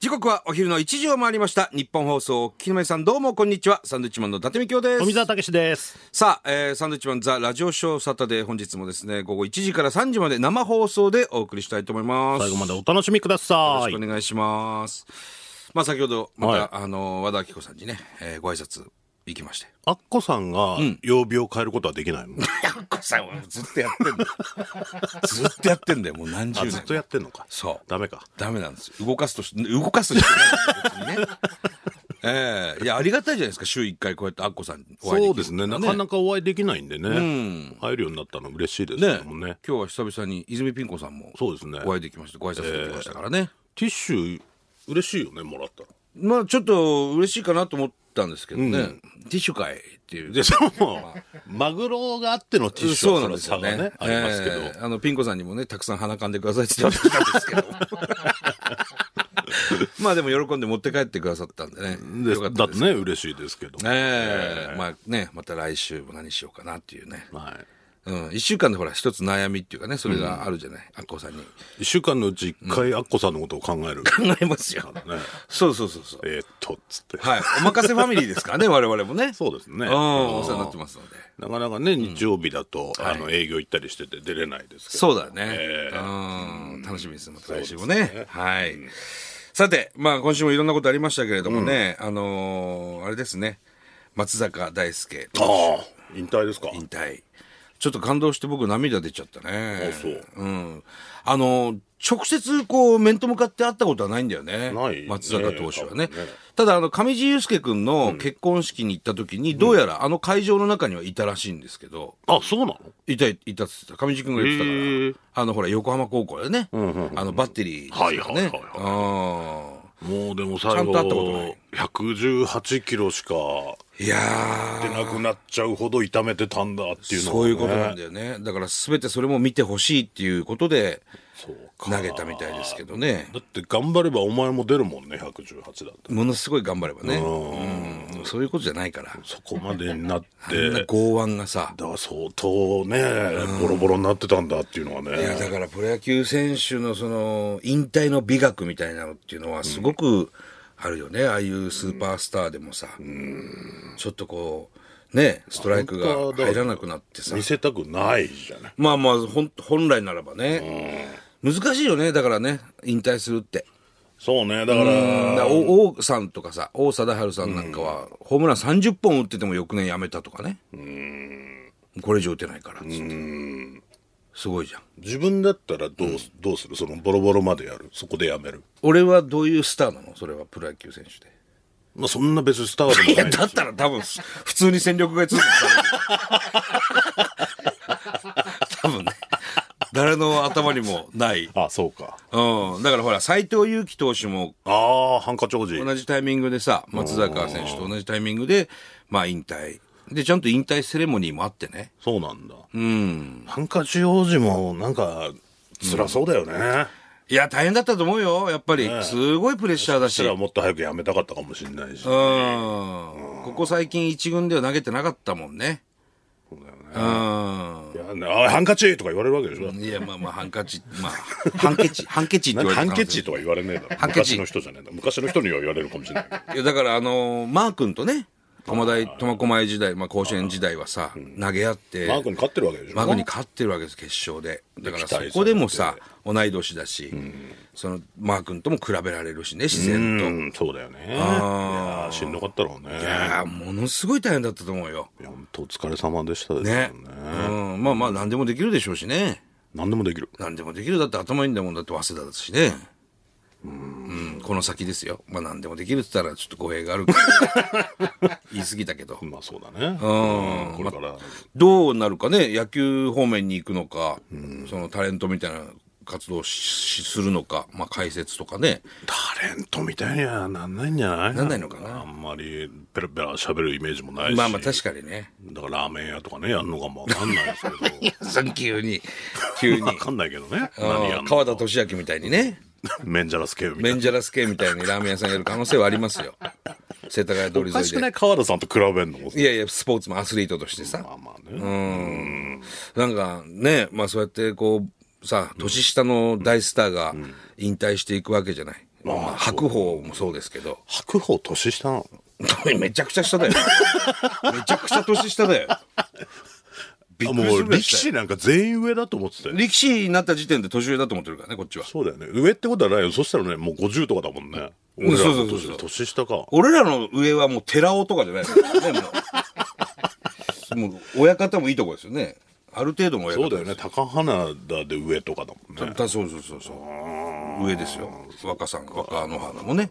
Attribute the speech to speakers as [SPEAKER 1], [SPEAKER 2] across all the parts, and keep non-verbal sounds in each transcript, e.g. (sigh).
[SPEAKER 1] 時刻はお昼の1時を回りました。日本放送、お聞きの皆さんどうもこんにちは。サンドウィッチマンの伊達美京です。
[SPEAKER 2] 富澤たけしです。
[SPEAKER 1] さあ、えーサンドウィッチマンザラジオショーサタデー本日もですね、午後1時から3時まで生放送でお送りしたいと思います。
[SPEAKER 2] 最後まで
[SPEAKER 1] よ
[SPEAKER 2] お楽しみくださ
[SPEAKER 1] ろし
[SPEAKER 2] い。
[SPEAKER 1] くお願いします。まあ先ほど、また、
[SPEAKER 2] はい
[SPEAKER 1] あの、和田明子さんにね、えーご挨拶行きまして。
[SPEAKER 2] アッコさんが曜日を変えることはできないの、
[SPEAKER 1] やっこさんはずっとやってん
[SPEAKER 2] (laughs)
[SPEAKER 1] だよ。ずっとやってんだよ、もう何十
[SPEAKER 2] あ
[SPEAKER 1] 年。
[SPEAKER 2] ずっとやってんのか。
[SPEAKER 1] そう。
[SPEAKER 2] ダメか。
[SPEAKER 1] ダメなんですよ動かすとし動かすとしてないんだ
[SPEAKER 2] (laughs)
[SPEAKER 1] よ別にねええいやありがたいじゃないですか週1回こうやってアッコさんにお会い
[SPEAKER 2] そう
[SPEAKER 1] で
[SPEAKER 2] で
[SPEAKER 1] き
[SPEAKER 2] す
[SPEAKER 1] る
[SPEAKER 2] ね。なかなかお会いできないんでね。会えるようになったの嬉しいですけどもね。
[SPEAKER 1] ね今日は久々に泉ピン子さんも
[SPEAKER 2] そうですね
[SPEAKER 1] お会いできましたご挨拶できましたからね、
[SPEAKER 2] ティッシュ嬉しいよね、もらったら。
[SPEAKER 1] まあちょっと嬉しいかなと思ったんですけどね、ティッシュ会っていう
[SPEAKER 2] (laughs) で、しかも、マグロがあってのティッシュ
[SPEAKER 1] そ
[SPEAKER 2] は
[SPEAKER 1] うな
[SPEAKER 2] そ
[SPEAKER 1] ん
[SPEAKER 2] の
[SPEAKER 1] ですよね
[SPEAKER 2] 差がね、ありますけど。
[SPEAKER 1] ええあのピン子さんにもねたくさん鼻かんでくださいって言ってたん
[SPEAKER 2] (laughs)
[SPEAKER 1] ですけどまあでも喜んで持って帰ってくださったんでね
[SPEAKER 2] で
[SPEAKER 1] よかった
[SPEAKER 2] だ
[SPEAKER 1] で
[SPEAKER 2] っ
[SPEAKER 1] す
[SPEAKER 2] てね、嬉しいですけど。
[SPEAKER 1] ねえまあね、また来週も何しようかなっていうね。
[SPEAKER 2] はい。
[SPEAKER 1] うん、一週間でほら、一つ悩みっていうかね、それがあるじゃない、アッコさんに。
[SPEAKER 2] 一週間のうち一回アッコさんのことを考える。
[SPEAKER 1] 考えますよ。
[SPEAKER 2] ね、
[SPEAKER 1] そうそうそうそう。
[SPEAKER 2] えーっと、つって。
[SPEAKER 1] はい。お任せファミリーです (laughs) からね、我々もね。
[SPEAKER 2] そうですね。
[SPEAKER 1] うん、お世話になってますので。
[SPEAKER 2] なかなかね、日曜日だと、あの営業行ったりしてて出れないですけど。
[SPEAKER 1] そうだね。
[SPEAKER 2] ええ
[SPEAKER 1] うん、楽しみです。また来週もね。はい。さて、まあ今週もいろんなことありましたけれどもね、あのーあれですね、松坂大輔投手
[SPEAKER 2] ああ、引退ですか。
[SPEAKER 1] 引退。ちょっと感動して僕涙出ちゃったね。
[SPEAKER 2] あそう
[SPEAKER 1] うん。あの、直接こう面と向かって会ったことはないんだよね。
[SPEAKER 2] ないね
[SPEAKER 1] 松坂投手はね
[SPEAKER 2] 多分ね。
[SPEAKER 1] ただ、あの、上地雄介くんの結婚式に行った時に、どうやらあの会場の中にはいたらしいんですけど、
[SPEAKER 2] あ、そうなの
[SPEAKER 1] いた、いたっつってた。上地くんが言ってたから。
[SPEAKER 2] へー
[SPEAKER 1] あの、ほら、横浜高校でね。あの、バッテリーですから
[SPEAKER 2] はいはい
[SPEAKER 1] ね。
[SPEAKER 2] はい
[SPEAKER 1] あ
[SPEAKER 2] もうでも
[SPEAKER 1] ちゃ
[SPEAKER 2] 最
[SPEAKER 1] んと
[SPEAKER 2] 後、
[SPEAKER 1] 会ったことない
[SPEAKER 2] 118キロしか
[SPEAKER 1] ーいや
[SPEAKER 2] 出
[SPEAKER 1] ー。
[SPEAKER 2] なくなっちゃうほど痛めてたんだっていうのが
[SPEAKER 1] そ
[SPEAKER 2] ね
[SPEAKER 1] ういうことなんだよね。だから全てそれも見てほしいっていうことで
[SPEAKER 2] そうか。
[SPEAKER 1] 投げたみたいですけどね。
[SPEAKER 2] だって頑張ればお前も出るもんね、118だって。
[SPEAKER 1] ものすごい頑張ればね、うんそういうことじゃないから、
[SPEAKER 2] そこまでになっ
[SPEAKER 1] あんな
[SPEAKER 2] て、
[SPEAKER 1] 剛腕がさ、
[SPEAKER 2] だから相当ね、ボロボロになってたんだっていうのはね。
[SPEAKER 1] いやだからプロ野球選手のその引退の美学みたいなのっていうのは、すごくあるよね、ああいうスーパースターでもさ、ちょっとこう、ね、ストライクが入らなくなってさ
[SPEAKER 2] 見、せたくないじゃない。
[SPEAKER 1] まあまあ、ほん本来ならばね、難しいよね、だからね、引退するって。
[SPEAKER 2] そうね、だから、
[SPEAKER 1] だからお王さんとかさ王貞治さんなんかは、ホームラン30本打ってても翌年やめたとかねこれ以上打てないからっつってすごいじゃん
[SPEAKER 2] 自分だったらどう,、どうするそのボロボロまでやるそこでやめる
[SPEAKER 1] 俺はどういうスターなのそれはプロ野球選手で
[SPEAKER 2] まあそんな別にスターでもな
[SPEAKER 1] (laughs)
[SPEAKER 2] い
[SPEAKER 1] いやだったら多分す普通に戦力外通告される多分ね誰の頭にもない、
[SPEAKER 2] あそうか
[SPEAKER 1] うん、だからほら斎藤佑樹投手も
[SPEAKER 2] ああハンカチ王子
[SPEAKER 1] 同じタイミングでさ松坂選手と同じタイミングでまあ引退でちゃんと引退セレモニーもあってね
[SPEAKER 2] そうなんだ、
[SPEAKER 1] うん
[SPEAKER 2] ハンカチ王子もなんか辛そうだよね、
[SPEAKER 1] いや、大変だったと思うよ、やっぱり。すごいプレッシャーだ
[SPEAKER 2] そ
[SPEAKER 1] し。
[SPEAKER 2] した
[SPEAKER 1] う
[SPEAKER 2] ら
[SPEAKER 1] ん。
[SPEAKER 2] もっと早くやめたかったかもしれないし、
[SPEAKER 1] ここ最近一軍では投げてなかったもんね。
[SPEAKER 2] そうだよ
[SPEAKER 1] う
[SPEAKER 2] ね
[SPEAKER 1] ん。
[SPEAKER 2] いやねあハンカチとか言われるわけでしょ、
[SPEAKER 1] いや、まあまあ、ハンカチ、まあ、 (laughs) ハンケチ、ハンケチって
[SPEAKER 2] なん
[SPEAKER 1] 言わ
[SPEAKER 2] か
[SPEAKER 1] れ
[SPEAKER 2] ハ
[SPEAKER 1] て
[SPEAKER 2] ン
[SPEAKER 1] た
[SPEAKER 2] ケチとか言われねえだろ
[SPEAKER 1] ハンケチ
[SPEAKER 2] 昔の人じゃねえんだ昔の人には言われるかもしれないけど
[SPEAKER 1] いや、だから、あのーマー君とね、駒大、苫小牧時代、まあ、甲子園時代はさ、投げ合って、
[SPEAKER 2] マークに勝ってるわけでしょ
[SPEAKER 1] マー君に勝ってるわけです、決勝で。だから、
[SPEAKER 2] 期待さ
[SPEAKER 1] そ
[SPEAKER 2] れて
[SPEAKER 1] こでもさ、同い年だし、その、マー君とも比べられるしね、自然と。
[SPEAKER 2] うんそうだよねいやしんどかったろうねい
[SPEAKER 1] いやーものすごい大変だったと思うよ。
[SPEAKER 2] や本当お疲れ様でしたですよ
[SPEAKER 1] ね
[SPEAKER 2] ね。
[SPEAKER 1] うん、まあまあ、何でもできるでしょうしね。
[SPEAKER 2] 何でもできる
[SPEAKER 1] 何でもできるだって頭いいんだもんだって早稲田だしね。うん、この先ですよ。まあ何でもできるって言ったらちょっと語弊がある (laughs) から。言い過ぎたけど。
[SPEAKER 2] まあそうだね。うんこれから、
[SPEAKER 1] どうなるかね、野球方面に行くのか、そのタレントみたいな活動をしするのか、まあ解説とかね。
[SPEAKER 2] タレントみたいにはなんないんじゃない
[SPEAKER 1] なんないのかな
[SPEAKER 2] あんまりペラペラ喋るイメージもないし。
[SPEAKER 1] まあまあ確かに (laughs) ね。
[SPEAKER 2] だからラーメン屋とかね、やんのかもわかんないですけど。
[SPEAKER 1] 急に、 (laughs) 急に
[SPEAKER 2] わ。かんないけど (laughs) ね。何
[SPEAKER 1] あ
[SPEAKER 2] やん
[SPEAKER 1] ー
[SPEAKER 2] の
[SPEAKER 1] 川田敏明みたいにね。
[SPEAKER 2] メンジャラス系みた
[SPEAKER 1] メ
[SPEAKER 2] い
[SPEAKER 1] ン
[SPEAKER 2] な。
[SPEAKER 1] ジャラス系みたいにラーメン屋さんやる可能性はありますよ。世田谷通り沿いで。
[SPEAKER 2] おかしくない川田さんと比べんのも。
[SPEAKER 1] いやいや、スポーツもアスリートとしてさ。
[SPEAKER 2] まあまあね。
[SPEAKER 1] なんかね、まあそうやってこう、さ、年下の大スターが引退していくわけじゃない。まあ白鵬もそうですけど、 (laughs)
[SPEAKER 2] 白鵬年下なの
[SPEAKER 1] めちゃくちゃ下だよ。めちゃくちゃ年下だよ。びっ
[SPEAKER 2] あ
[SPEAKER 1] くり
[SPEAKER 2] も
[SPEAKER 1] す
[SPEAKER 2] う
[SPEAKER 1] るぐらい下
[SPEAKER 2] 力士なんか全員上だと思ってたよ
[SPEAKER 1] 力士になった時点で年上だと思ってるからね、こっちは。
[SPEAKER 2] そうだよね上ってことはないよそしたらねもう50とかだもんね
[SPEAKER 1] うん
[SPEAKER 2] 俺ら
[SPEAKER 1] そ
[SPEAKER 2] の
[SPEAKER 1] うそう
[SPEAKER 2] 年
[SPEAKER 1] そうそう
[SPEAKER 2] 年下か
[SPEAKER 1] 俺らの上はもう寺尾とかじゃないですからね、もう。もう親方もいいとこですよね。ある程度の親方
[SPEAKER 2] そうだよね高花田で上とかだもんね
[SPEAKER 1] だそうそうそうそう上ですよ若さん若野花もね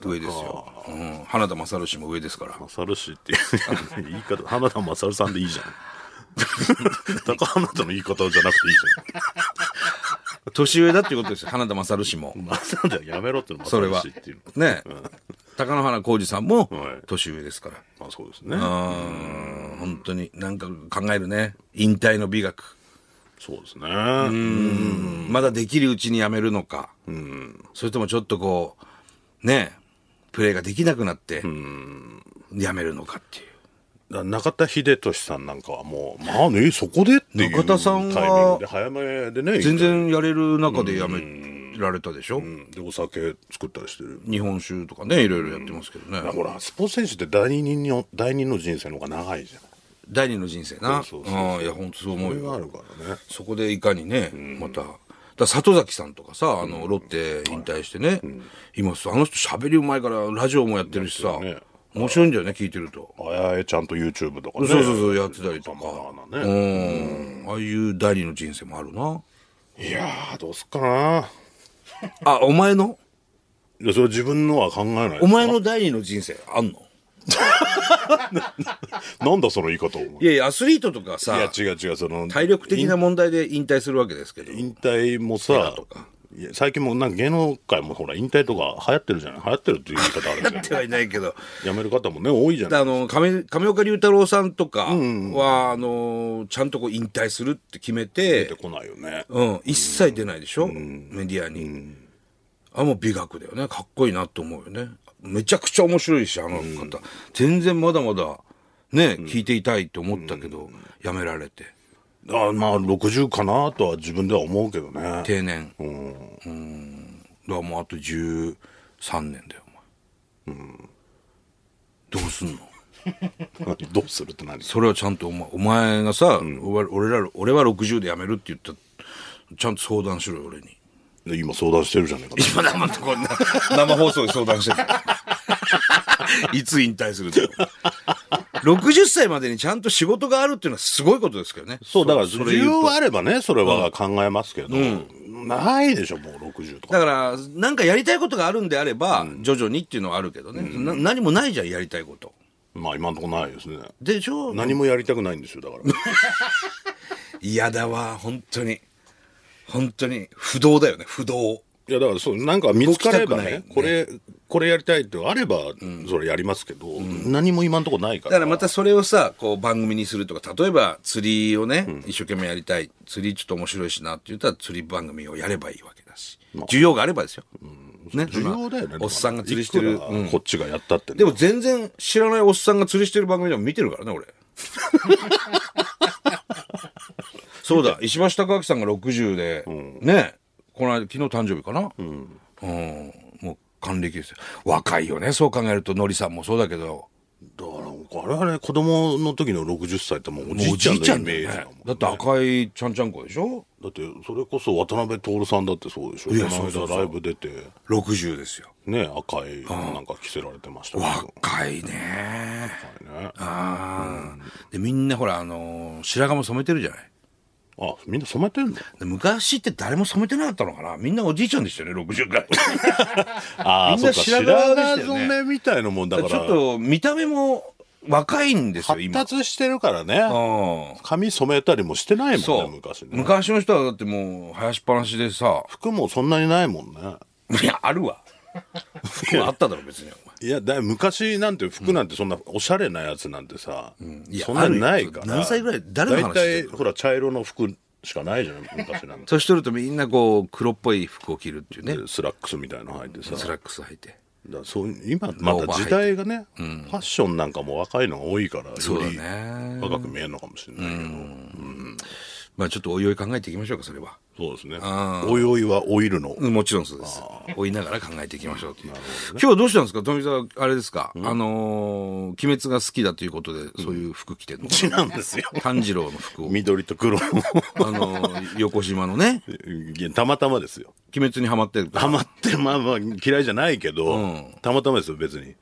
[SPEAKER 1] 上ですよ、うん、花田勝氏も上ですから
[SPEAKER 2] 勝氏っていう言い方花田勝さんでいいじゃん高花田の言い方じゃなくていいじゃん
[SPEAKER 1] 年上だっていうことですよ (laughs) 花田勝氏も
[SPEAKER 2] 勝田やめろっての
[SPEAKER 1] それは
[SPEAKER 2] 勝氏っていうの
[SPEAKER 1] ね高野花浩二さんも
[SPEAKER 2] はい
[SPEAKER 1] 年上ですから、
[SPEAKER 2] まあそうですね
[SPEAKER 1] うん本当になんか考えるね引退の美学
[SPEAKER 2] そうですね
[SPEAKER 1] まだできるうちにやめるのか、それともちょっとこうねプレーができなくなってやめるのかっていう
[SPEAKER 2] だから中田秀俊さんなんかはもうまあねそこでっていう
[SPEAKER 1] 中田さんは
[SPEAKER 2] タイミングで早めでね
[SPEAKER 1] 全然やれる中でやめられたでしょ、
[SPEAKER 2] うんでお酒作ったりしてる
[SPEAKER 1] 日本酒とかねいろいろやってますけどね、
[SPEAKER 2] あほらスポーツ選手って第二の第二の人生の方が長いじゃん
[SPEAKER 1] 第二の人生な
[SPEAKER 2] そうそうそうそう
[SPEAKER 1] ああいや本当そう思
[SPEAKER 2] そうれが
[SPEAKER 1] よ
[SPEAKER 2] あるからね
[SPEAKER 1] そこでいかにねまただから里崎さんとかさあのロッテ引退してね、今さあの人喋りうまいからラジオもやってるしさ、
[SPEAKER 2] やってるね
[SPEAKER 1] 面白いんだよね聞いてると、
[SPEAKER 2] あやえちゃんと YouTube とかね
[SPEAKER 1] そうそうそうやってたりとか
[SPEAKER 2] 様々な
[SPEAKER 1] うん
[SPEAKER 2] ね
[SPEAKER 1] ああいう第二の人生もあるない
[SPEAKER 2] やーどうすっかな
[SPEAKER 1] あお前の
[SPEAKER 2] いやそれは自分のは考えない
[SPEAKER 1] お前の第二の人生あんの
[SPEAKER 2] なんだその言い方お前
[SPEAKER 1] いやいやアスリートとか
[SPEAKER 2] い
[SPEAKER 1] さ
[SPEAKER 2] や違う違うその
[SPEAKER 1] 体力的な問題で引退するわけですけど
[SPEAKER 2] 引退もさいや最近もなんか芸能界もほら引退とか流行ってるじゃない流行ってるっていう言い方あ
[SPEAKER 1] (laughs)
[SPEAKER 2] るけど
[SPEAKER 1] やってはいないけど
[SPEAKER 2] やめる方もね多いじゃない
[SPEAKER 1] あの亀亀岡龍太郎さんとかは、あのちゃんとこう引退するって決め
[SPEAKER 2] 出
[SPEAKER 1] て
[SPEAKER 2] て、こないよね
[SPEAKER 1] うん、一切出ないでしょ、メディアに、あもう美学だよねかっこいいなと思うよねめちゃくちゃ面白いしあの方、全然まだまだね聞いていたいと思ったけど、やめられて
[SPEAKER 2] あまあ60かなとは自分では思うけどね (laughs)
[SPEAKER 1] 定年うん、だからもうあと13年だよお前、どうすんの
[SPEAKER 2] どうするって何
[SPEAKER 1] それはちゃんとお前お前がさ、おわ俺ら俺は60で辞めるって言ったちゃんと相談しろよ俺に
[SPEAKER 2] で今相談してるじゃねえか
[SPEAKER 1] 今生こんな生放送で相談して (laughs) るいつ引退するって60歳までにちゃんと仕事があるっていうのはすごいことですけどね
[SPEAKER 2] そうだから
[SPEAKER 1] それ
[SPEAKER 2] 需
[SPEAKER 1] 言うと
[SPEAKER 2] 要あればねそれは考えますけど、ないでしょもう60とか
[SPEAKER 1] だからなんかやりたいことがあるんであれば、徐々にっていうのはあるけどね、な何もないじゃんやりたいこと
[SPEAKER 2] まあ今のとこないですね
[SPEAKER 1] でしょ
[SPEAKER 2] 何もやりたくないんですよだから
[SPEAKER 1] 嫌だわ本当に本当に不動だよね不動
[SPEAKER 2] いやだからそうなんか見つかれば
[SPEAKER 1] 動きたくな
[SPEAKER 2] ね
[SPEAKER 1] いね
[SPEAKER 2] これこれやりたいってあればそれやりますけど、何も今のとこないか
[SPEAKER 1] だ
[SPEAKER 2] ら
[SPEAKER 1] からまたそれをさこう番組にするとか例えば釣りをね、一生懸命やりたい釣りちょっと面白いしなって言ったら釣り番組をやればいいわけだし、需要があればですよ、ね
[SPEAKER 2] 需要だよね
[SPEAKER 1] おっさんが釣りしてる
[SPEAKER 2] いくらこっちがやったってね、
[SPEAKER 1] でも全然知らないおっさんが釣りしてる番組でも見てるからね
[SPEAKER 2] (laughs)
[SPEAKER 1] 俺そうだ石橋貴明さんが60で、ねこの間昨日誕生日かなうん、もう還暦ですよ若いよねそう考えるとのりさんもそうだけど
[SPEAKER 2] だから我々子供の時の60歳ってもうおじ
[SPEAKER 1] もう
[SPEAKER 2] い
[SPEAKER 1] お
[SPEAKER 2] ち
[SPEAKER 1] じ
[SPEAKER 2] ゃん
[SPEAKER 1] いちゃ
[SPEAKER 2] のイ
[SPEAKER 1] んだ
[SPEAKER 2] メージ
[SPEAKER 1] よ
[SPEAKER 2] だ
[SPEAKER 1] ね
[SPEAKER 2] もん、
[SPEAKER 1] だって赤いちゃんちゃんこでしょ
[SPEAKER 2] だってそれこそ渡辺徹さんだってそうでしょ
[SPEAKER 1] いや
[SPEAKER 2] この
[SPEAKER 1] そ
[SPEAKER 2] 間
[SPEAKER 1] うそうそう
[SPEAKER 2] ライブ出て
[SPEAKER 1] 60ですよ
[SPEAKER 2] ね赤いなんか着せられてましたけど
[SPEAKER 1] 若いね
[SPEAKER 2] ね
[SPEAKER 1] ああ、でみんなほらあのー白髪も染めてるじゃない
[SPEAKER 2] あみんな染めてんの
[SPEAKER 1] で昔って誰も染めてなかったのかなみんなおじいちゃんでしたよね60ぐらい
[SPEAKER 2] あ
[SPEAKER 1] み
[SPEAKER 2] あ
[SPEAKER 1] ん
[SPEAKER 2] そう
[SPEAKER 1] な
[SPEAKER 2] か白
[SPEAKER 1] 白髪でしたよ
[SPEAKER 2] 髪
[SPEAKER 1] ね
[SPEAKER 2] 染めみたいなもん (laughs) だか
[SPEAKER 1] ちょっ
[SPEAKER 2] ら
[SPEAKER 1] と見た目も若いんですよ
[SPEAKER 2] 発
[SPEAKER 1] 今
[SPEAKER 2] 達してるから
[SPEAKER 1] う
[SPEAKER 2] ね
[SPEAKER 1] ん
[SPEAKER 2] 髪染めたりもしてないも
[SPEAKER 1] そ
[SPEAKER 2] ん
[SPEAKER 1] う
[SPEAKER 2] ね昔ね
[SPEAKER 1] 昔の人はだってもう生やしっぱなしでさ (laughs)
[SPEAKER 2] 服もそんなにないもんね
[SPEAKER 1] いやある
[SPEAKER 2] (laughs)
[SPEAKER 1] わ服はあっただろ別にお前
[SPEAKER 2] いやだ昔なんて服なんてそんなおしゃれなやつなんてさ、
[SPEAKER 1] いや
[SPEAKER 2] そんなにないから
[SPEAKER 1] あるよ何歳ぐらい誰の話し
[SPEAKER 2] 大
[SPEAKER 1] て
[SPEAKER 2] 体
[SPEAKER 1] る
[SPEAKER 2] ほら茶色の服しかないじゃない昔なんて
[SPEAKER 1] 年取るとみんなこう黒っぽい服を着るっていうね
[SPEAKER 2] でスラックスみたいなの履いてさ
[SPEAKER 1] スラックス履いて
[SPEAKER 2] だからそう今また時代がね、ファッションなんかも若いのが多いからよ
[SPEAKER 1] そうだ
[SPEAKER 2] り
[SPEAKER 1] ね
[SPEAKER 2] 若く見えるのかもしれないけど、
[SPEAKER 1] まあちょっとおいおい考えていきましょうか、それは。
[SPEAKER 2] そうですね
[SPEAKER 1] あ。ー
[SPEAKER 2] おいおいはオイ
[SPEAKER 1] (laughs)
[SPEAKER 2] ルの。
[SPEAKER 1] うんもちろんそうです。追いながら考えていきましょうという。今日どうしたんですか富澤、あれですか、あのー鬼滅が好きだということで、そういう服着てるの、
[SPEAKER 2] 違うんですよ。
[SPEAKER 1] 炭治郎の服を。
[SPEAKER 2] 緑と黒の。 (laughs)
[SPEAKER 1] あの (laughs) ー横島のね、
[SPEAKER 2] いやたまたまですよ。
[SPEAKER 1] 鬼滅にはまってるから
[SPEAKER 2] ハマって、まあまあ嫌いじゃないけど、
[SPEAKER 1] ん
[SPEAKER 2] たまたまですよ、別に。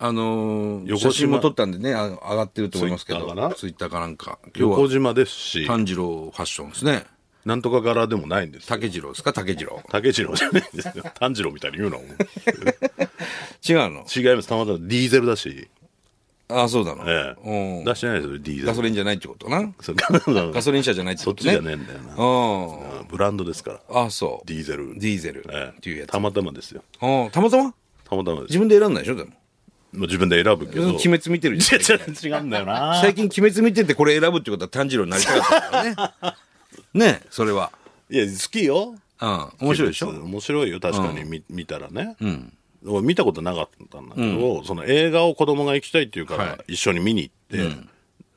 [SPEAKER 1] あのー
[SPEAKER 2] 横島
[SPEAKER 1] 写真も撮ったんでね、あの上がってると思いますけど、
[SPEAKER 2] ツ
[SPEAKER 1] ツ
[SPEAKER 2] イ
[SPEAKER 1] イ
[SPEAKER 2] ッタ
[SPEAKER 1] ッター
[SPEAKER 2] ーかな
[SPEAKER 1] かなんか。今日
[SPEAKER 2] 横
[SPEAKER 1] は
[SPEAKER 2] 島ですし、
[SPEAKER 1] 炭治郎ファッションですね。
[SPEAKER 2] なんとか柄でもないんですよ。
[SPEAKER 1] 竹次郎ですか竹次郎。
[SPEAKER 2] 竹次郎じゃないんです
[SPEAKER 1] (laughs)
[SPEAKER 2] よ。炭治郎みたいに言うの。
[SPEAKER 1] 違うの
[SPEAKER 2] 違います、たまたまディーゼルだし。
[SPEAKER 1] あ (laughs) あ、そうなの。
[SPEAKER 2] え
[SPEAKER 1] う
[SPEAKER 2] え。
[SPEAKER 1] ん
[SPEAKER 2] 出してないですよ、ディーゼル。
[SPEAKER 1] ガソリンじゃないってことかな。
[SPEAKER 2] そうガソリン
[SPEAKER 1] ガソリン車じゃないって
[SPEAKER 2] そ
[SPEAKER 1] こ
[SPEAKER 2] っ
[SPEAKER 1] と
[SPEAKER 2] ち
[SPEAKER 1] (laughs) ね。
[SPEAKER 2] じゃねえんだよな。
[SPEAKER 1] あ
[SPEAKER 2] うんブランドですから。
[SPEAKER 1] あ。ああ、そう。
[SPEAKER 2] ディーゼル。
[SPEAKER 1] ディーゼル
[SPEAKER 2] ええ
[SPEAKER 1] っていうやつ。
[SPEAKER 2] たまたまですよ。
[SPEAKER 1] ああ、たまたま
[SPEAKER 2] たまたまで
[SPEAKER 1] 自
[SPEAKER 2] すよ。
[SPEAKER 1] 分で選んだでしょでも。
[SPEAKER 2] もう自分で選ぶけど。
[SPEAKER 1] 鬼 (laughs) 滅見てるじゃん。
[SPEAKER 2] 違う違う違うんだよな。
[SPEAKER 1] 最近鬼滅見ててこれ選ぶってことは炭治郎になりたかったから
[SPEAKER 2] (laughs)
[SPEAKER 1] ね。ねえ、それは。
[SPEAKER 2] いや、好きよ。
[SPEAKER 1] うん。面白いでしょ
[SPEAKER 2] 面白いよ、確かに見,、見たらね。俺見たことなかったんだけど、その映画を子供が行きたいっていうから、
[SPEAKER 1] は
[SPEAKER 2] 一緒に見に行って、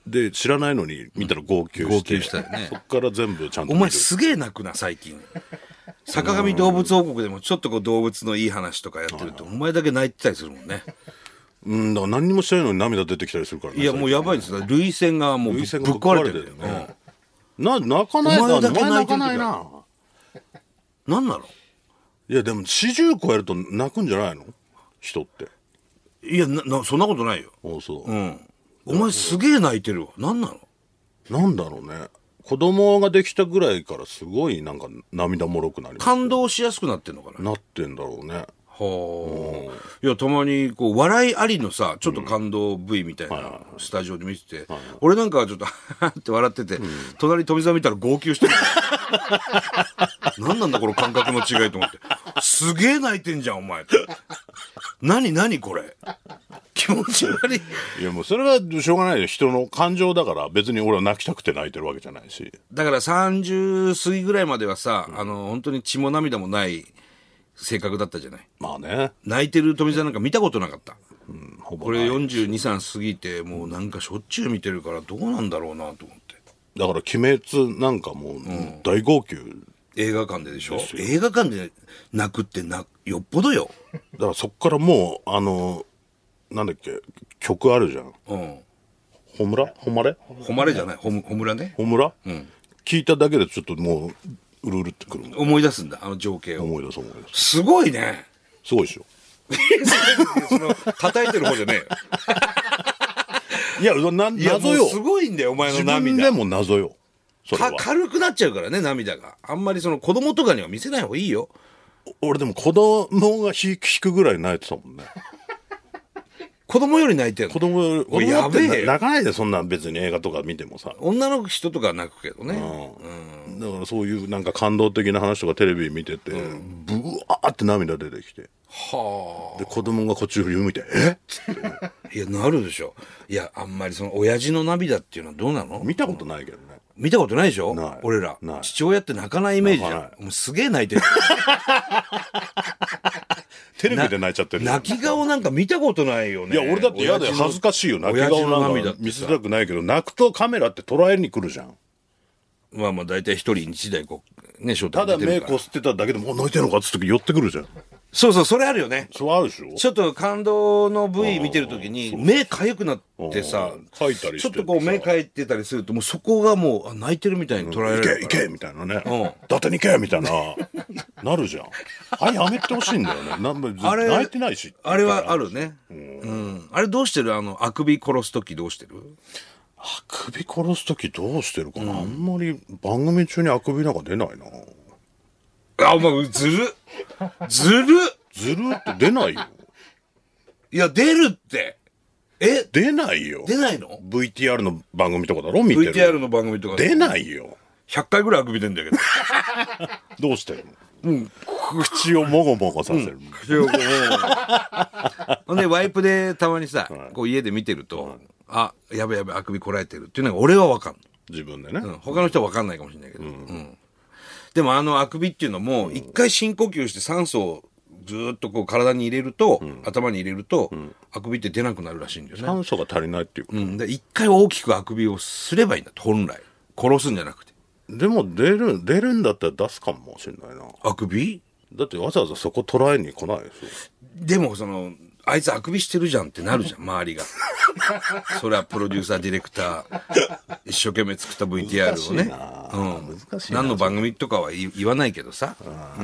[SPEAKER 2] で、知らないのに見たら号泣して。
[SPEAKER 1] 号泣したよね
[SPEAKER 2] そっから全部ちゃんと
[SPEAKER 1] お
[SPEAKER 2] 見る。
[SPEAKER 1] 前すげえ泣くな、最近。坂上動物王国でもちょっとこう動物のいい話とかやってると、お前だけ泣いてたりするもんね。
[SPEAKER 2] うん、だから何にもしてないのに涙出てきたりするからね。
[SPEAKER 1] いや、もうやばいですよ。涙腺がもうぶっ
[SPEAKER 2] 涙腺が
[SPEAKER 1] 壊れてる
[SPEAKER 2] ぶ
[SPEAKER 1] よ
[SPEAKER 2] っ壊れてるよね
[SPEAKER 1] ね。
[SPEAKER 2] な、泣かない
[SPEAKER 1] お前だけ
[SPEAKER 2] お前
[SPEAKER 1] 泣いてる時ある
[SPEAKER 2] 泣かないな。
[SPEAKER 1] なんなの
[SPEAKER 2] いや、でも40超えると泣くんじゃないの人って。
[SPEAKER 1] いやなな、そんなことないよ。
[SPEAKER 2] あそう。
[SPEAKER 1] うん。お前すげえ泣いてるわ。なんなの
[SPEAKER 2] なんだろうね。子供ができたぐらいからすごいなんか涙もろくなります
[SPEAKER 1] 感動しやすくなってんのかな
[SPEAKER 2] なってんだろうね。
[SPEAKER 1] はあ。いや、たまに、こう、笑いありのさ、ちょっと感動部位みたいな、スタジオで見てて、俺なんかはちょっと、はははって笑ってて、隣富澤見たら号泣して (laughs) る。何なんだ、この感覚の違いと思って。すげえ泣いてんじゃん、お前。何、何、これ。気持ち悪い。
[SPEAKER 2] いやもうそれはしょうがないよ。人の感情だから別に俺は泣きたくて泣いてるわけじゃないし。
[SPEAKER 1] だから30過ぎぐらいまではさ、あの、本当に血も涙もない性格だったじゃない。
[SPEAKER 2] まあね。
[SPEAKER 1] 泣いてる富澤なんか見たことなかった。
[SPEAKER 2] ほぼ
[SPEAKER 1] これ
[SPEAKER 2] ない
[SPEAKER 1] 42、3過ぎて、もうなんかしょっちゅう見てるから、どうなんだろうなと思って。
[SPEAKER 2] だから鬼滅なんかもう大号泣。
[SPEAKER 1] 映画館ででしょ映画館で泣くってな、よっぽどよ。
[SPEAKER 2] だからそっからもう、あの、なんだっけ、曲あるじゃん。
[SPEAKER 1] うん。
[SPEAKER 2] ほむらほまれ
[SPEAKER 1] 誉れじゃない、ほむ、ほむらね。
[SPEAKER 2] ほむら聞いただけでちょっともう、うるうるってくるもん
[SPEAKER 1] 思い出すんだ、あの情景を。
[SPEAKER 2] 思い出す思い出す。
[SPEAKER 1] すごい
[SPEAKER 2] (laughs)
[SPEAKER 1] ね。
[SPEAKER 2] すごいでしょ。
[SPEAKER 1] その、叩いてる方じゃねえよ。
[SPEAKER 2] いや、な、
[SPEAKER 1] いや、
[SPEAKER 2] 謎
[SPEAKER 1] もう
[SPEAKER 2] よ。
[SPEAKER 1] すごいんだよ、お前の
[SPEAKER 2] 自分で
[SPEAKER 1] 涙。
[SPEAKER 2] も謎よ。それ
[SPEAKER 1] か
[SPEAKER 2] は。
[SPEAKER 1] 軽くなっちゃうからね、涙が。あんまりその子供とかには見せない方がいいよ。
[SPEAKER 2] 俺でも子供が引く引くぐらい泣いてたもんね。
[SPEAKER 1] 子供より泣いてる
[SPEAKER 2] 子供より、
[SPEAKER 1] おい
[SPEAKER 2] 子供だって
[SPEAKER 1] やべえよ
[SPEAKER 2] 泣かないで、そんな別に映画とか見てもさ。
[SPEAKER 1] 女の人とかは泣くけどね。
[SPEAKER 2] うんだからそういうなんか感動的な話とかテレビ見てて、ブワーって涙出てきて。
[SPEAKER 1] は
[SPEAKER 2] で、子供がこっち振り向いて、え
[SPEAKER 1] あ。いや、なるでしょ。いや、あんまりその、親父の涙っていうのはどうなの
[SPEAKER 2] 見たことないけどね。
[SPEAKER 1] 見たことないでしょ
[SPEAKER 2] ない
[SPEAKER 1] 俺ら
[SPEAKER 2] ない
[SPEAKER 1] 父親って泣かないイメージじ
[SPEAKER 2] 泣
[SPEAKER 1] ゃ。
[SPEAKER 2] かなん
[SPEAKER 1] もうすげえ泣いてる。
[SPEAKER 2] テレビで泣いちゃってる。
[SPEAKER 1] 泣き顔なんか見たことないよ
[SPEAKER 2] い
[SPEAKER 1] ね。
[SPEAKER 2] や、俺だって嫌だよ。恥ずかしいよ。泣き顔なんか見せた
[SPEAKER 1] く。
[SPEAKER 2] くないけど、泣くとカメラって捉えに来るじゃん。
[SPEAKER 1] まあまあ、大体一人一台こう、ね、
[SPEAKER 2] ただ目
[SPEAKER 1] メ
[SPEAKER 2] こすってただけでも、お泣いてるのかっつって寄ってくるじゃん。
[SPEAKER 1] そうそう、それあるよね。
[SPEAKER 2] そうあるでしょ
[SPEAKER 1] ちょっと感動の部位見てるときに、目かゆくなってさ
[SPEAKER 2] うん、書いたりし
[SPEAKER 1] ち
[SPEAKER 2] て
[SPEAKER 1] ょっとこう目かいてたりすると、もうそこがもう、あ泣いてるみたいに捉えられ
[SPEAKER 2] 行
[SPEAKER 1] るから。
[SPEAKER 2] け行けみたいなね。
[SPEAKER 1] うん
[SPEAKER 2] 伊達に行けみたいな、なるじゃん。あれやめてほしいんだよね。なんも
[SPEAKER 1] あれ
[SPEAKER 2] 泣いてないし。
[SPEAKER 1] あれはあるね。うん。あれどうしてるあの、あくび殺すときどうしてる
[SPEAKER 2] あくび殺すときどうしてるかな、あんまり番組中にあくびなんか出ないな。
[SPEAKER 1] あ、お前、ずる。ずる。
[SPEAKER 2] ずるって出ないよ。
[SPEAKER 1] いや、出るって。え
[SPEAKER 2] 出ないよ。
[SPEAKER 1] 出ないの
[SPEAKER 2] VTR の番組とかだろ見てる。
[SPEAKER 1] ?VTR の番組とか
[SPEAKER 2] 出ないよ。
[SPEAKER 1] 100回ぐらいあくび出んだ (laughs) けど。
[SPEAKER 2] どうしてるの口をもごもごさせる。
[SPEAKER 1] ほんで、ワイプでたまにさ、こう家で見てると、あ、やべやべ、あくびこらえてるっていうのが俺はわかん
[SPEAKER 2] 自分で
[SPEAKER 1] な
[SPEAKER 2] ね。
[SPEAKER 1] い。うん他の人はわかんないかもしれないけど。うんでもあのあくびっていうのも、一回深呼吸して酸素をずーっとこう体に入れると、頭に入れると、あくびって出なくなるらしいんだよね。
[SPEAKER 2] 酸素が足りないっていうこ
[SPEAKER 1] うん、で一回大きくあくびをすればいいんだって本来殺すんじゃなくて
[SPEAKER 2] とでも出る、出るんだったら出すかもしれないな。
[SPEAKER 1] あくび
[SPEAKER 2] だってわざわざそこトライに来ないでし
[SPEAKER 1] でもそのあいつあくびしてるじゃんってなるじゃ
[SPEAKER 2] (laughs)
[SPEAKER 1] ん周りがそれはプロデューサーディレクター一生懸命作った VTR をね
[SPEAKER 2] 難しいな
[SPEAKER 1] うん
[SPEAKER 2] 難しいな
[SPEAKER 1] 何の番組とかは言言わないけどさ
[SPEAKER 2] ょ。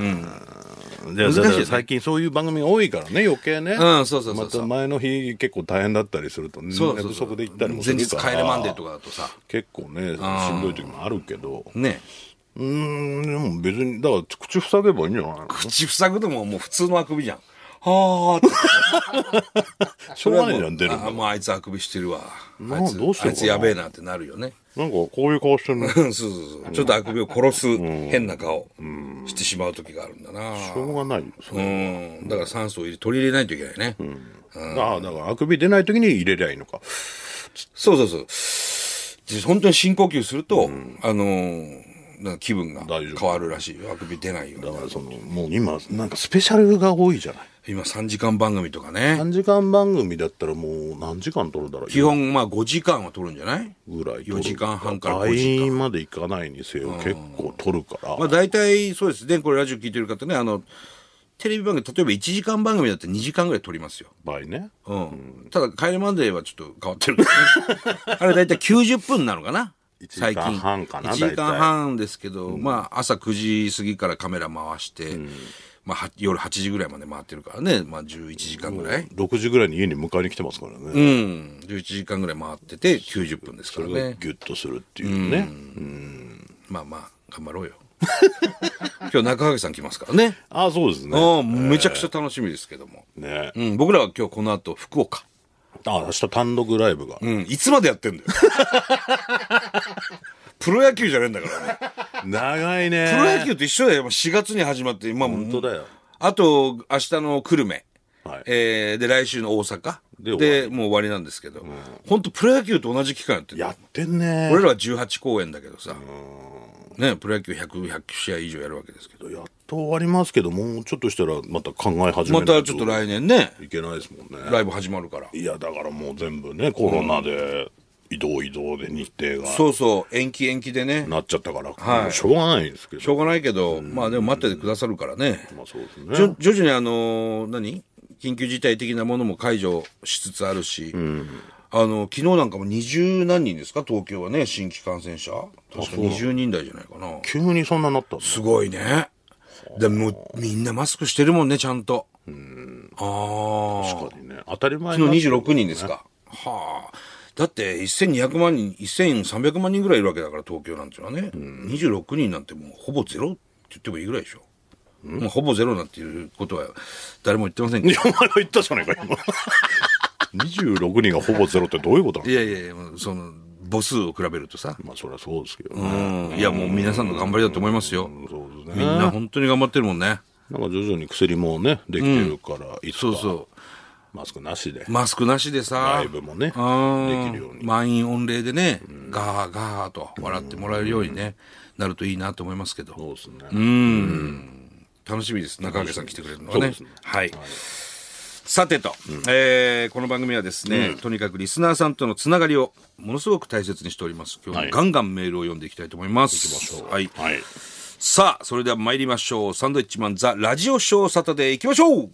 [SPEAKER 2] で
[SPEAKER 1] 難しいよね
[SPEAKER 2] だから最近そういう番組が多いからね、余計ね。
[SPEAKER 1] うんそうそうそうそう
[SPEAKER 2] また前の日結構大変だったりすると、ね、
[SPEAKER 1] そう
[SPEAKER 2] 寝
[SPEAKER 1] そう
[SPEAKER 2] 不
[SPEAKER 1] そう
[SPEAKER 2] 足で行ったりもす
[SPEAKER 1] 前
[SPEAKER 2] る
[SPEAKER 1] 日
[SPEAKER 2] から。
[SPEAKER 1] 帰れマンデーとかだとさ
[SPEAKER 2] 結構ね、しんどい時もあるけど。
[SPEAKER 1] ね
[SPEAKER 2] うーん、でも別に、だから口塞げばいいんじゃないの
[SPEAKER 1] 口塞ぐのももう普通のあくびじゃんはあって
[SPEAKER 2] しょうがないじゃん、出る
[SPEAKER 1] あ
[SPEAKER 2] の。
[SPEAKER 1] もうあいつあくびしてるわあ
[SPEAKER 2] ない
[SPEAKER 1] つ
[SPEAKER 2] どうしようかな
[SPEAKER 1] あいつやべえなってなるよね
[SPEAKER 2] なんかこういう顔してるの。し
[SPEAKER 1] うんそうそうそうちょっとあくびを殺す変な顔してしまう時があるんだな
[SPEAKER 2] ょうがないよ、それ
[SPEAKER 1] うんだから酸素を入れ取り入れないといけないね、
[SPEAKER 2] ああ、だからあくび出ない時に入れりゃいいのか。
[SPEAKER 1] そうそうそうで本当に深呼吸すると、あのーなんか気分が
[SPEAKER 2] 大丈夫
[SPEAKER 1] 変わるらしいよあくび出ないように
[SPEAKER 2] だ
[SPEAKER 1] な
[SPEAKER 2] か
[SPEAKER 1] る
[SPEAKER 2] らその、もう今、なんかスペシャルが多いじゃない。
[SPEAKER 1] 今3時間番組とかね
[SPEAKER 2] 3時間番組だったらもう何時間撮るだろう
[SPEAKER 1] 基本まあ5時間は取るんじゃない
[SPEAKER 2] ぐらい
[SPEAKER 1] 4時間半から5時
[SPEAKER 2] 倍
[SPEAKER 1] 間
[SPEAKER 2] までいかないにせよ結構撮るから、
[SPEAKER 1] まあ大体そうですねこれラジオ聞いてる方ねあのテレビ番組例えば1時間番組だって2時間ぐらい取りますよ
[SPEAKER 2] 倍ね
[SPEAKER 1] うん、ただ「帰れマンデー」はちょっと変わってるけどね
[SPEAKER 2] (laughs)
[SPEAKER 1] あれ大体90分なのかな
[SPEAKER 2] 一
[SPEAKER 1] 最
[SPEAKER 2] 時
[SPEAKER 1] 近
[SPEAKER 2] 間半かな
[SPEAKER 1] 1時間半ですけど、まあ朝9時過ぎからカメラ回して、まあ、は夜8時ぐらいまで回ってるからね、まあ、11時間ぐらい
[SPEAKER 2] 6時ぐらいに家に迎えに来てますからね、
[SPEAKER 1] うん、11時間ぐらい回ってて90分ですから
[SPEAKER 2] それが
[SPEAKER 1] ね
[SPEAKER 2] ギュッとするっていうね、
[SPEAKER 1] まあまあ頑張ろうよ (laughs) 今日中萩さん来ますから
[SPEAKER 2] (laughs)
[SPEAKER 1] ね
[SPEAKER 2] ああそうですね
[SPEAKER 1] ああめちゃくちゃ楽しみですけども、
[SPEAKER 2] ね
[SPEAKER 1] うん、僕らは今日この後福岡
[SPEAKER 2] あ明日単独ライブが、
[SPEAKER 1] うん、いつまでや
[SPEAKER 2] (laughs)
[SPEAKER 1] ってんだよプロ野球じゃねえんだからね
[SPEAKER 2] 長いね
[SPEAKER 1] プロ野球と一緒だよ。もう4月に始まって、今もう。
[SPEAKER 2] 本当だよ
[SPEAKER 1] あと、明日の久留米。
[SPEAKER 2] はい
[SPEAKER 1] えーで、来週の大阪。
[SPEAKER 2] で
[SPEAKER 1] で、
[SPEAKER 2] 終わ
[SPEAKER 1] もう終わりなんですけど。本当プロ野球と同じ期間やってる。
[SPEAKER 2] やってんね
[SPEAKER 1] 俺らは18公演だけどさ。ね、プロ野球100、100試合以上やるわけですけど。
[SPEAKER 2] やっと終わりますけどもうちょっとしたらまた考え始め
[SPEAKER 1] ま
[SPEAKER 2] ない
[SPEAKER 1] たちょっと来年ね、
[SPEAKER 2] いけないですもんね
[SPEAKER 1] ライブ始まるから。
[SPEAKER 2] いやだからもう全部ねコロナで移動移動で日程が
[SPEAKER 1] そうそう、延期延期でね。
[SPEAKER 2] なっちゃったから、
[SPEAKER 1] い
[SPEAKER 2] もうしょうがないんですけ
[SPEAKER 1] しょ
[SPEAKER 2] ど
[SPEAKER 1] うがないけど、まあでも待っててくださるからね。
[SPEAKER 2] まあそうです
[SPEAKER 1] じょ
[SPEAKER 2] ね
[SPEAKER 1] 徐々にあのー何緊急事態的なものも解除しつつあるし、あの昨日なんかも20何人ですか東京はね新規感染者確か20人台じゃないかな
[SPEAKER 2] 急にそんななったんです
[SPEAKER 1] すごいねでもうみんなマスクしてるもんねちゃんとああ
[SPEAKER 2] かね当たり前
[SPEAKER 1] 昨
[SPEAKER 2] に
[SPEAKER 1] 日26人ですか、はあだって1200万人1300万人ぐらいいるわけだから東京なんていうのはね、26人なんてもうほぼゼロって言ってもいいぐらいでしょ、まあ、ほぼゼロなんていうことは誰も言ってません
[SPEAKER 2] (laughs)
[SPEAKER 1] けど
[SPEAKER 2] いやお前が言ったじゃないか
[SPEAKER 1] (laughs)
[SPEAKER 2] 今26人がほぼゼロってどういうことなの
[SPEAKER 1] いやいやいや、もうその、母数を比べるとさ。
[SPEAKER 2] まあそりゃそうですけど
[SPEAKER 1] う
[SPEAKER 2] ね、
[SPEAKER 1] ん。いや、もう皆さんの頑張りだと思いますよ。
[SPEAKER 2] そうです
[SPEAKER 1] み
[SPEAKER 2] ね
[SPEAKER 1] んな本当に頑張ってるもんね。
[SPEAKER 2] なんか徐々に薬もねできてるから、いつか
[SPEAKER 1] そうそ
[SPEAKER 2] マスクなしで
[SPEAKER 1] う。マスクなしでさ
[SPEAKER 2] ライ、ブもねで
[SPEAKER 1] うん
[SPEAKER 2] きるように
[SPEAKER 1] 満員御礼でね、ガーガーと笑ってもらえるようにね、なるといいなと思いますけど。
[SPEAKER 2] そうですね、
[SPEAKER 1] 楽しみです。中垣さん来てくれるのは
[SPEAKER 2] そう
[SPEAKER 1] ね
[SPEAKER 2] ですね。
[SPEAKER 1] はい。さてと、えーこの番組はですね、とにかくリスナーさんとのつながりをものすごく大切にしております。今日
[SPEAKER 2] は
[SPEAKER 1] も
[SPEAKER 2] い
[SPEAKER 1] ガンガンメールを読んでいきたいと思います。いきましょう。はい。
[SPEAKER 2] はい
[SPEAKER 1] さあ、それでは参りましょう。サンドイッチマンザラジオショーサタデー行きましょう